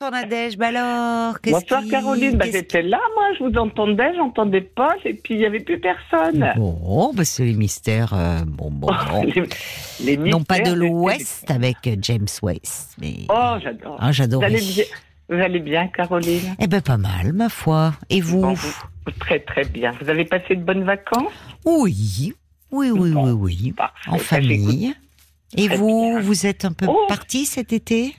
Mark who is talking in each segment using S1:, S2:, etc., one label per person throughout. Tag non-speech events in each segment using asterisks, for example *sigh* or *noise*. S1: Bonsoir Nadège, bah alors qu'est-ce
S2: Bonsoir
S1: qui-
S2: Caroline, bah,
S1: qu'est-ce
S2: j'étais là, moi, je vous entendais, j'entendais pas, et puis il n'y avait
S1: *laughs*
S2: plus personne.
S1: Bon, bah c'est les mystères, euh, bon, bon, bon.
S2: Les- Oh, les
S1: non pas de
S2: mystères
S1: l'Ouest avec euh, James West, mais
S2: Oh, j'adore.
S1: hein,
S2: vous,
S1: j'adorais.
S2: allez bien, vous allez bien, Caroline
S1: Eh ben pas mal, ma foi. Et vous
S2: Bon, vous- Très, très bien. Vous avez passé de bonnes vacances
S1: Oui, oui, oui, oui,
S2: Bon.
S1: oui,
S2: Parfait.
S1: en
S2: Ça, j'écoute.
S1: famille. Et
S2: Très
S1: vous,
S2: bien.
S1: vous êtes un peu
S2: Oh.
S1: parti cet été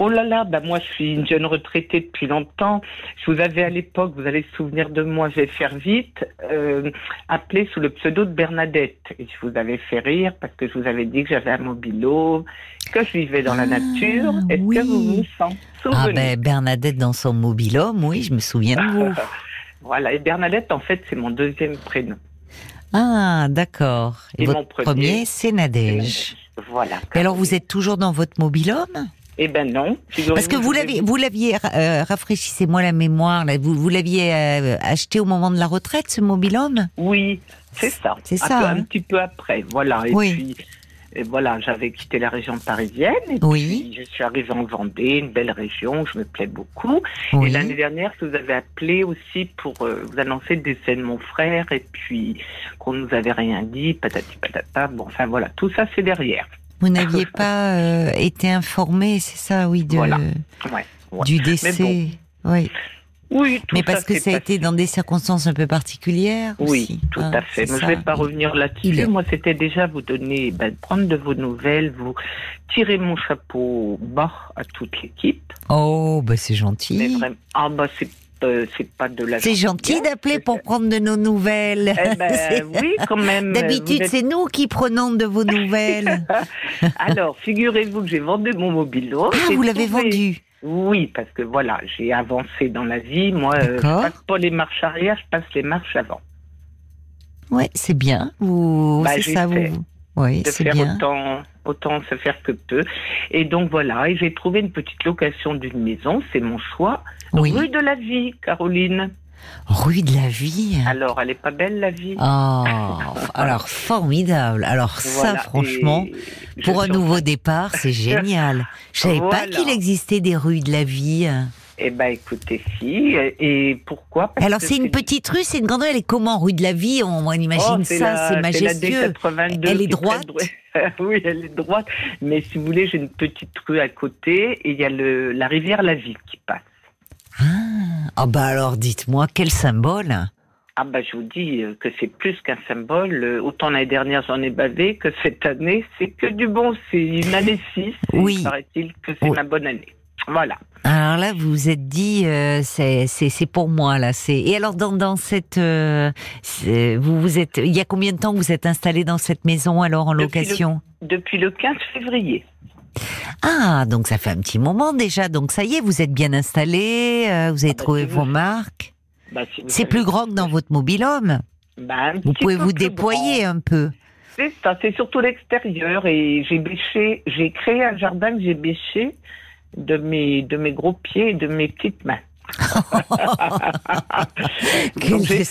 S2: Oh là là, bah moi je suis une jeune retraitée depuis longtemps. Je vous avais à l'époque, vous allez se souvenir de moi, je vais faire vite, euh, appelé sous le pseudo de Bernadette. Et je vous avais fait rire parce que je vous avais dit que j'avais un mobilo, que je vivais dans
S1: Ah,
S2: la nature. Est-ce
S1: oui.
S2: que vous vous en
S1: Ah
S2: souvenez
S1: ben Bernadette dans son mobilhome, oui, je me souviens de
S2: *laughs*
S1: vous.
S2: Voilà, et Bernadette en fait c'est mon deuxième prénom.
S1: Ah, d'accord. Et
S2: Et
S1: votre
S2: mon
S1: premier,
S2: premier,
S1: c'est Nadège.
S2: Voilà.
S1: Et alors, vous êtes toujours dans votre mobilhome
S2: Eh ben non.
S1: Parce que vous l'avez, vous l'aviez, euh, rafraîchissez-moi la mémoire, là, vous, vous l'aviez euh, acheté au moment de la retraite, ce mobilhome
S2: Oui, c'est ça.
S1: C'est
S2: Un
S1: ça,
S2: peu-
S1: hein.
S2: Un petit peu après, voilà. Et
S1: Oui.
S2: puis, et voilà, j'avais quitté la région parisienne. Et
S1: Oui.
S2: puis, je suis arrivée en Vendée, une belle région, je me plais beaucoup. Et
S1: Oui.
S2: l'année dernière, je vous avais appelé aussi pour euh, vous annoncer le décès de mon frère, et puis qu'on nous avait rien dit, patati patata. Bon, enfin voilà, tout ça c'est derrière.
S1: Vous n'aviez pas euh, été informé, c'est ça, oui, de,
S2: Voilà. Ouais, ouais.
S1: du décès. Oui.
S2: Oui, tout
S1: Mais parce
S2: ça,
S1: que
S2: c'est
S1: ça a été
S2: passé.
S1: dans des circonstances un peu particulières.
S2: Oui,
S1: aussi,
S2: tout
S1: hein,
S2: à fait.
S1: c'est
S2: Mais je
S1: ça.
S2: ne vais pas revenir
S1: Il est-
S2: là-dessus. Moi, c'était déjà vous donner, ben, prendre de vos nouvelles, vous tirer mon chapeau bas à toute l'équipe.
S1: Oh, bah c'est
S2: Mais
S1: gentil.
S2: vraiment, ah bah c'est euh, c'est pas de la.
S1: C'est gentil
S2: gentillesse.
S1: d'appeler pour prendre de nos nouvelles.
S2: Eh ben,
S1: *laughs* C'est-
S2: oui, quand même. euh,
S1: D'habitude,
S2: Vous êtes-
S1: c'est nous qui prenons de vos
S2: *laughs*
S1: nouvelles.
S2: Alors, figurez-vous que j'ai vendu mon mobile
S1: Ah, vous l'avez vendu.
S2: Oui, parce que voilà, j'ai avancé dans la vie. Moi, euh, je
S1: D'accord.
S2: passe pas les marches arrière, je passe les marches avant.
S1: Ouais, c'est bien. Vous,
S2: Bah,
S1: c'est ça,
S2: j'essaie
S1: vous. Oui,
S2: de
S1: c'est
S2: faire
S1: bien.
S2: autant, autant se faire que peu. Et donc voilà, et j'ai trouvé une petite location d'une maison, c'est mon choix.
S1: Oui.
S2: Rue de la vie, Caroline.
S1: Rue de la vie.
S2: Alors, elle est pas belle la vie
S1: Oh,
S2: *laughs*
S1: alors formidable. Alors ça,
S2: Ah Voilà,
S1: franchement,
S2: et
S1: pour
S2: je
S1: un
S2: trouve-
S1: nouveau départ,
S2: *laughs*
S1: c'est génial. Je savais pas
S2: Voilà.
S1: qu'il existait des rues de la vie.
S2: Eh ben, écoutez, si. Et et pourquoi Parce
S1: Alors
S2: que
S1: c'est une petite rue, c'est une grande rue. Elle est comment, rue de la vie On, on imagine
S2: Oh,
S1: ça,
S2: la-
S1: c'est
S2: la
S1: majestueux.
S2: D82
S1: Elle est
S2: qui prend
S1: droite
S2: droit- *laughs* Oui, elle est droite. Mais si vous voulez, j'ai une petite rue à côté et il y a le, la rivière La Ville qui passe.
S1: Ah bah alors, dites-moi quel symbole.
S2: Ah bah je vous dis euh, que c'est plus qu'un symbole. Euh, Autant l'année dernière j'en ai bavé que cette année c'est que du bon. C'est une année 6.
S1: Oui.
S2: Paraît-il que c'est
S1: Oui.
S2: ma bonne année. Voilà.
S1: Alors là, vous vous êtes dit, euh, c'est c'est- c'est pour moi là. C'est et alors dans dans cette, euh, c'est- vous vous êtes, il y a combien de temps que vous êtes installé dans cette maison alors en
S2: Depuis le-
S1: location
S2: Depuis le 15 février.
S1: Ah donc ça fait un petit moment déjà. Donc ça y est, vous êtes bien installé, euh, vous avez
S2: bah,
S1: trouvé
S2: si vous-
S1: vos marques.
S2: Bah, si vous
S1: C'est
S2: savez-
S1: plus grand que dans votre mobilhome.
S2: Bah, un
S1: Vous
S2: petit
S1: pouvez
S2: peu
S1: vous
S2: plus
S1: déployer
S2: grand.
S1: un
S2: *laughs*
S1: peu.
S2: C'est ça. C'est surtout l'extérieur et j'ai bêché. J'ai créé un jardin que j'ai bêché de mes de mes gros pieds et de mes
S1: *laughs*
S2: petites mains.
S1: Quel-
S2: j'ai-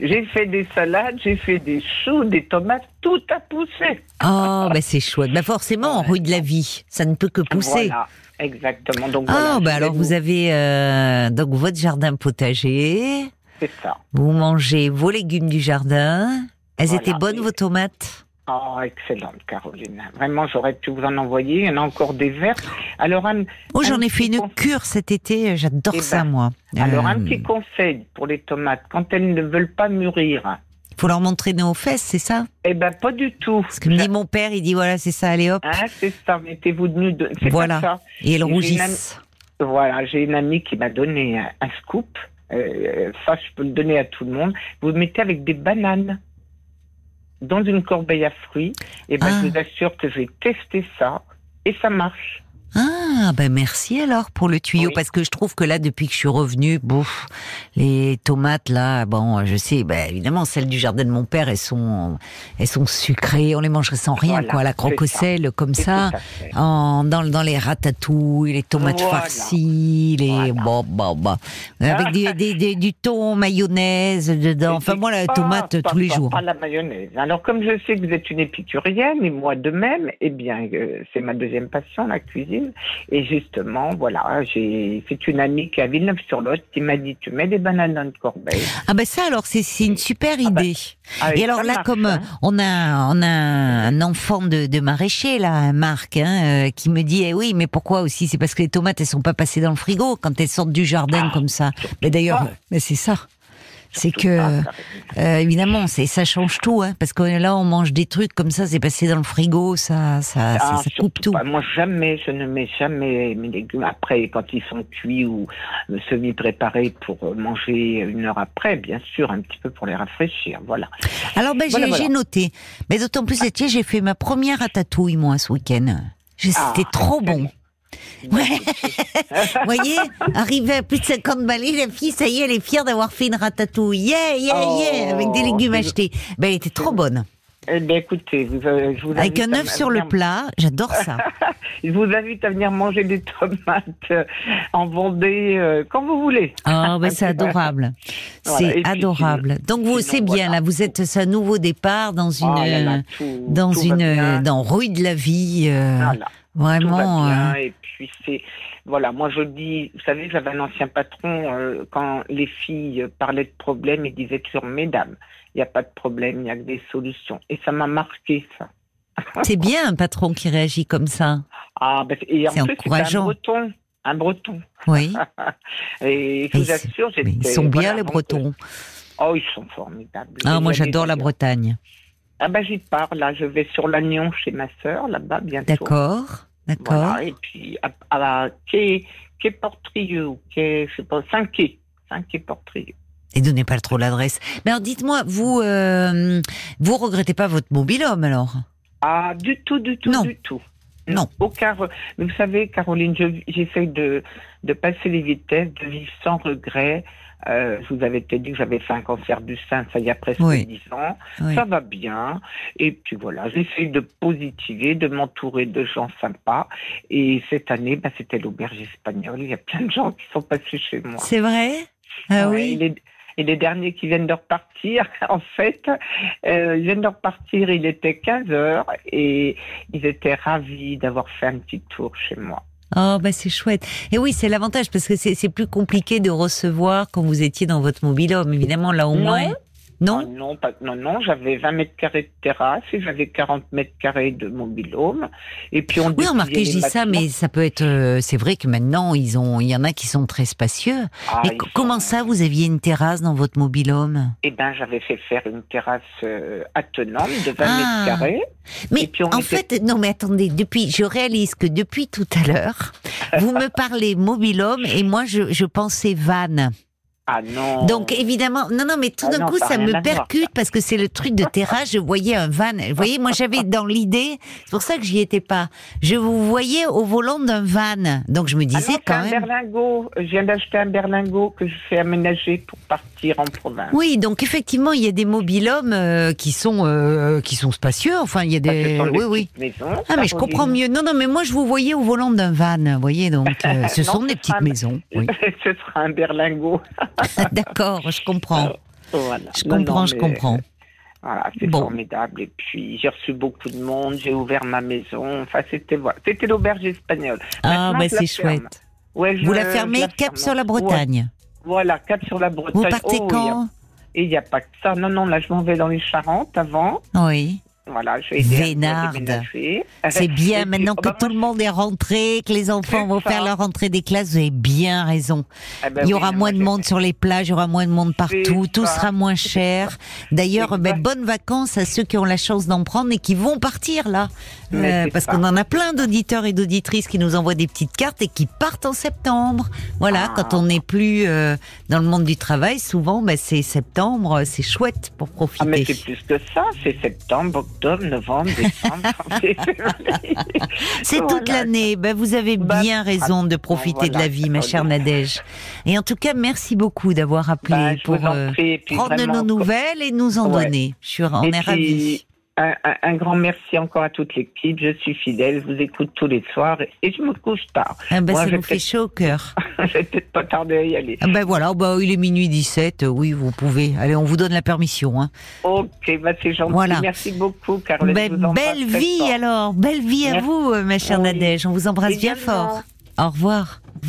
S2: J'ai fait des salades, j'ai fait des choux, des tomates, tout a poussé.
S1: Oh bah c'est chouette. Bah forcément, en rue de la vie, ça ne peut que pousser.
S2: Voilà, exactement. Donc, voilà,
S1: Ah
S2: je
S1: bah
S2: vais
S1: alors vous avez euh, donc votre jardin potager.
S2: C'est ça.
S1: Vous mangez vos légumes du jardin. Elles
S2: Voilà.
S1: étaient bonnes, vos tomates
S2: Oh, excellente, Caroline. Vraiment, j'aurais pu vous en envoyer. Il y en a encore des vertes. Alors, un,
S1: Oh, j'en
S2: Un
S1: ai fait
S2: petit
S1: une
S2: con-
S1: cure cet été. J'adore
S2: Eh
S1: ça,
S2: ben,
S1: moi.
S2: alors,
S1: Euh,
S2: un petit conseil pour les tomates. Quand elles ne veulent pas mûrir,
S1: Faut leur montrer nos fesses, c'est ça
S2: eh ben, pas du tout.
S1: Ce que me dit mon père, il dit voilà, c'est ça, allez hop.
S2: Hein, c'est ça. Mettez-vous de nu. De... C'est pas
S1: Voilà.
S2: ça.
S1: Et elles
S2: j'ai une
S1: rougissent.
S2: Voilà, j'ai une amie qui m'a donné un, un scoop. Euh, ça, je peux le donner à tout le monde. Vous le mettez avec des bananes dans une corbeille à fruits. Et ben,
S1: Ah.
S2: je vous assure que j'ai testé ça et ça marche.
S1: Ah, ben merci alors pour le tuyau,
S2: Oui.
S1: parce que je trouve que là, depuis que je suis revenue, bouf, les tomates là, bon, je sais, ben, évidemment, celles du jardin de mon père, elles sont, elles sont sucrées, on les mangerait sans rien,
S2: Voilà,
S1: quoi, à la
S2: c'est ça.
S1: crocoselle, comme
S2: C'est
S1: ça.
S2: tout à fait.
S1: En, dans, dans les ratatouilles, les tomates
S2: Voilà.
S1: farcies, les
S2: Voilà. Ah.
S1: bon, bon, bon. avec du, des- des- du thon mayonnaise dedans. Ah, Enfin
S2: Mais
S1: moi la
S2: pas-
S1: tomate
S2: pas-
S1: tous les
S2: pas-
S1: jours.
S2: Pas la mayonnaise. Alors comme je sais que vous êtes une épicurienne et moi de même, eh bien euh, c'est ma deuxième passion la cuisine. Et justement, voilà, j'ai, c'est une amie qui est à Villeneuve-sur-Lot qui m'a dit tu mets des bananes dans une corbeille.
S1: Ah ben ça alors c'est c'est une super
S2: bah,
S1: idée.
S2: Ah,
S1: Et
S2: ça
S1: alors là
S2: marche,
S1: comme
S2: hein.
S1: euh, on a on a un enfant de, de maraîcher là, un Marc, hein, euh, qui me dit eh oui mais pourquoi aussi c'est parce que les tomates elles sont pas passées dans le frigo quand elles sortent du jardin comme ça. Mais d'ailleurs
S2: Ah, pas.
S1: mais c'est ça. C'est
S2: Surtout
S1: que
S2: pas, ça.
S1: euh, évidemment c'est ça change tout hein, parce que là on mange des trucs comme ça c'est passé dans le frigo ça ça ça,
S2: Ah,
S1: ça
S2: surtout
S1: coupe tout.
S2: pas. Moi, jamais, je ne mets jamais mes légumes après, quand ils sont cuits ou euh, semi-préparés pour euh, manger une heure après, bien sûr, un petit peu pour les rafraîchir. Voilà.
S1: Alors ben,
S2: Voilà,
S1: j'ai
S2: voilà. Ah.
S1: j'ai noté. Mais d'autant plus, tu sais, j'ai fait ma première ratatouille moi ce week-end. J'ai-
S2: Ah,
S1: C'était trop bon. Ouais. *laughs* Vous voyez, arrivé à plus de 50 balais, la fille, ça y est, elle est fière d'avoir fait une ratatouille. Yeah, yeah,
S2: Oh,
S1: yeah, avec des légumes
S2: c'est-
S1: achetés. Ben, elle était trop bonne.
S2: Eh bien, écoutez, vous, euh, je vous
S1: Avec
S2: invite
S1: un
S2: à
S1: œuf sur le
S2: venir-
S1: plat, j'adore ça.
S2: Je vous invite à venir manger des tomates euh, en Vendée euh, quand vous voulez.
S1: Ah,
S2: *laughs*
S1: ben c'est adorable.
S2: Voilà, et
S1: C'est
S2: puis euh, sinon-
S1: adorable. Donc vous,
S2: sinon,
S1: c'est bien,
S2: voilà.
S1: là, vous êtes, c'est un nouveau départ dans une,
S2: Oh là là,
S1: euh,
S2: tout-
S1: dans
S2: tout va
S1: une,
S2: bien.
S1: euh, dans Rue de la Vie, euh,
S2: Voilà. tout va
S1: vraiment.
S2: bien.
S1: euh,
S2: Et puis c'est voilà, moi je dis, vous savez, j'avais un ancien patron euh, quand les filles parlaient de problèmes, il disait toujours mesdames, il n'y a pas de problème, il y a que des solutions. Et ça m'a marqué ça.
S1: c'est bien un patron qui réagit comme ça.
S2: Ah bah, et en
S1: C'est
S2: plus c'était un
S1: encourageant.
S2: breton, un breton. *laughs*
S1: Oui.
S2: Et je vous
S1: c'est-
S2: assure,
S1: Mais ils
S2: j'étais-
S1: sont bien
S2: voilà,
S1: les
S2: donc,
S1: Bretons.
S2: euh, Oh, ils sont formidables.
S1: Ah,
S2: Et
S1: moi
S2: j'allais
S1: j'adore la
S2: dire-
S1: Bretagne.
S2: Ah bah j'y pars là, je vais sur l'Agnon chez ma sœur là-bas bientôt.
S1: D'accord, d'accord.
S2: Voilà, et puis à, à la quai, quai Portrieux, ou quai, je sais pas, Saint-Quai, Saint-Quai Portrieux.
S1: Et donnez pas trop l'adresse. Mais alors dites-moi, vous euh, vous regrettez pas votre mobile homme alors
S2: Ah, du tout, du tout,
S1: Non.
S2: du tout.
S1: Non.
S2: Aucun. re- Mais vous savez, Caroline, je- j'essaye de, de passer les vitesses, de vivre sans regret. Euh, je vous avais peut-être dit que j'avais fait un cancer du sein, ça il y a presque
S1: Oui.
S2: 10 ans.
S1: Oui.
S2: Ça va bien. Et puis voilà, j'essaye de positiver, de m'entourer de gens sympas. Et cette année, bah, c'était l'auberge espagnole. Il y a plein de gens qui sont passés chez moi.
S1: C'est vrai Ah
S2: Ouais, Et
S1: oui.
S2: les, et les derniers qui viennent de repartir, *laughs* en fait, euh, ils viennent de repartir, il était 15 heures et ils étaient ravis d'avoir fait un petit tour chez moi.
S1: Oh bah c'est chouette. Et oui, c'est l'avantage parce que c'est c'est plus compliqué de recevoir quand vous étiez dans votre mobile homme. Évidemment, là au
S2: Non.
S1: moins.
S2: Ah
S1: Non.
S2: non, pas, non, non, j'avais 20 mètres carrés de terrasse et j'avais 40 mètres carrés de mobilhome. Et puis on
S1: Oui,
S2: dépliait
S1: remarquez, je
S2: les
S1: dis ça,
S2: matelas.
S1: mais ça peut être. euh, c'est vrai que maintenant, ils ont. Il y en a qui sont très spacieux.
S2: Ah,
S1: Mais
S2: ils
S1: co- comment
S2: sont-
S1: ça, vous aviez une terrasse dans votre mobile homme
S2: Eh ben, j'avais fait faire une terrasse euh, attenante de 20
S1: Ah.
S2: mètres carrés.
S1: Mais
S2: Et puis on
S1: en
S2: était-
S1: fait, non, mais attendez, depuis, je réalise que depuis tout à l'heure, vous
S2: *laughs*
S1: me parlez mobilhome et moi, je, je pensais van.
S2: Ah non.
S1: Donc évidemment, non, non, mais tout
S2: Ah
S1: d'un
S2: non,
S1: coup,
S2: ça a
S1: ça
S2: rien
S1: me
S2: à voir,
S1: percute parce que c'est le truc de terrasse. Je voyais un van. Vous voyez, moi, j'avais dans l'idée, c'est pour ça que j'y étais pas. Je vous voyais au volant d'un van. Donc je me
S2: Ah non,
S1: disais
S2: c'est
S1: quand
S2: un
S1: même.
S2: berlingot. Je viens d'acheter un berlingot que je fais aménager pour partir en province.
S1: Oui, donc effectivement, il y a des mobilhommes euh, qui sont euh, qui sont spacieux. Enfin, il y a
S2: Parce que ce
S1: des
S2: sont des
S1: oui, oui.
S2: petites maisons,
S1: Ah mais je
S2: Caroline.
S1: comprends mieux. Non non mais moi je vous voyais au volant d'un van, vous voyez donc euh,
S2: *laughs*
S1: ce
S2: Non,
S1: sont des
S2: ce
S1: petites
S2: sera-
S1: maisons.
S2: *laughs*
S1: Oui. *laughs*
S2: ce sera un berlingot. *laughs*
S1: D'accord, je comprends.
S2: Euh, Voilà.
S1: Je
S2: Non, non,
S1: comprends, je
S2: mais,
S1: comprends.
S2: Voilà, c'est
S1: Bon.
S2: formidable. Et puis, j'ai reçu beaucoup de monde, j'ai ouvert ma maison. Enfin, c'était voilà. C'était l'auberge espagnole.
S1: Ah
S2: Maintenant,
S1: bah
S2: je la
S1: c'est
S2: ferme.
S1: chouette.
S2: Ouais, je-
S1: Vous la
S2: je
S1: fermez
S2: ferme.
S1: cap sur la
S2: Ouais,
S1: Bretagne.
S2: voilà, cap sur la Bretagne.
S1: Vous partez
S2: Oh, il y a-
S1: quand
S2: Et il n'y a pas que ça. Non, non, là, je m'en vais dans les Charentes avant.
S1: Oui.
S2: Voilà, je vais aider à
S1: Vénarde.
S2: déménager.
S1: C'est
S2: *laughs* Et
S1: bien
S2: puis,
S1: maintenant
S2: oh,
S1: que
S2: bah,
S1: tout le monde est rentré, que les enfants
S2: C'est
S1: vont
S2: ça.
S1: faire leur rentrée des classes, vous avez bien raison.
S2: eh ben
S1: Il y
S2: oui,
S1: aura
S2: moi,
S1: moins de
S2: j'ai-
S1: monde sur les plages, il y aura moins de monde partout,
S2: C'est
S1: tout
S2: ça.
S1: sera moins cher. D'ailleurs, ben,
S2: Exact.
S1: bonnes vacances à ceux qui ont la chance d'en prendre et qui vont partir là.
S2: Mais
S1: Euh,
S2: c'est
S1: parce
S2: ça.
S1: qu'on en a plein d'auditeurs et d'auditrices qui nous envoient des petites cartes et qui partent en septembre. Voilà,
S2: Ah.
S1: quand on n'est plus euh, dans le monde du travail, souvent, ben, c'est septembre, c'est chouette pour
S2: Ah, mais
S1: profiter.
S2: c'est plus que ça. C'est septembre, octobre, novembre,
S1: *laughs*
S2: décembre, janvier, février.
S1: c'est toute
S2: voilà.
S1: l'année. Ben, vous avez
S2: Bah,
S1: bien raison de profiter de
S2: voilà,
S1: la vie, ma chère Nadège. Et en tout cas, merci beaucoup d'avoir appelé
S2: Bah, je
S1: pour...
S2: vous en
S1: euh,
S2: prie, et puis
S1: prendre
S2: vraiment,
S1: nos nouvelles et nous en
S2: Ouais.
S1: donner. Je suis, on
S2: Et
S1: est
S2: puis,
S1: ravis.
S2: Un, un- un grand merci encore à toute l'équipe. Je suis fidèle, je vous écoute tous les soirs et je me couche tard. *laughs*
S1: Ah ben,
S2: moi,
S1: ça
S2: je
S1: nous fait
S2: fais-
S1: chaud au cœur.
S2: je vais peut-être pas tarder à y aller.
S1: Ah Ben voilà, bah, il est minuit 17, euh, oui, vous pouvez. Allez, on vous donne la permission. Hein.
S2: Ok, bah c'est gentil.
S1: Voilà.
S2: Merci beaucoup, Carole.
S1: Ben,
S2: je vous embrasse
S1: belle
S2: très
S1: vie
S2: fort.
S1: alors, belle vie à
S2: Merci.
S1: vous, euh, ma chère
S2: Oui.
S1: Nadège. On vous embrasse bien
S2: Également.
S1: fort. Au revoir.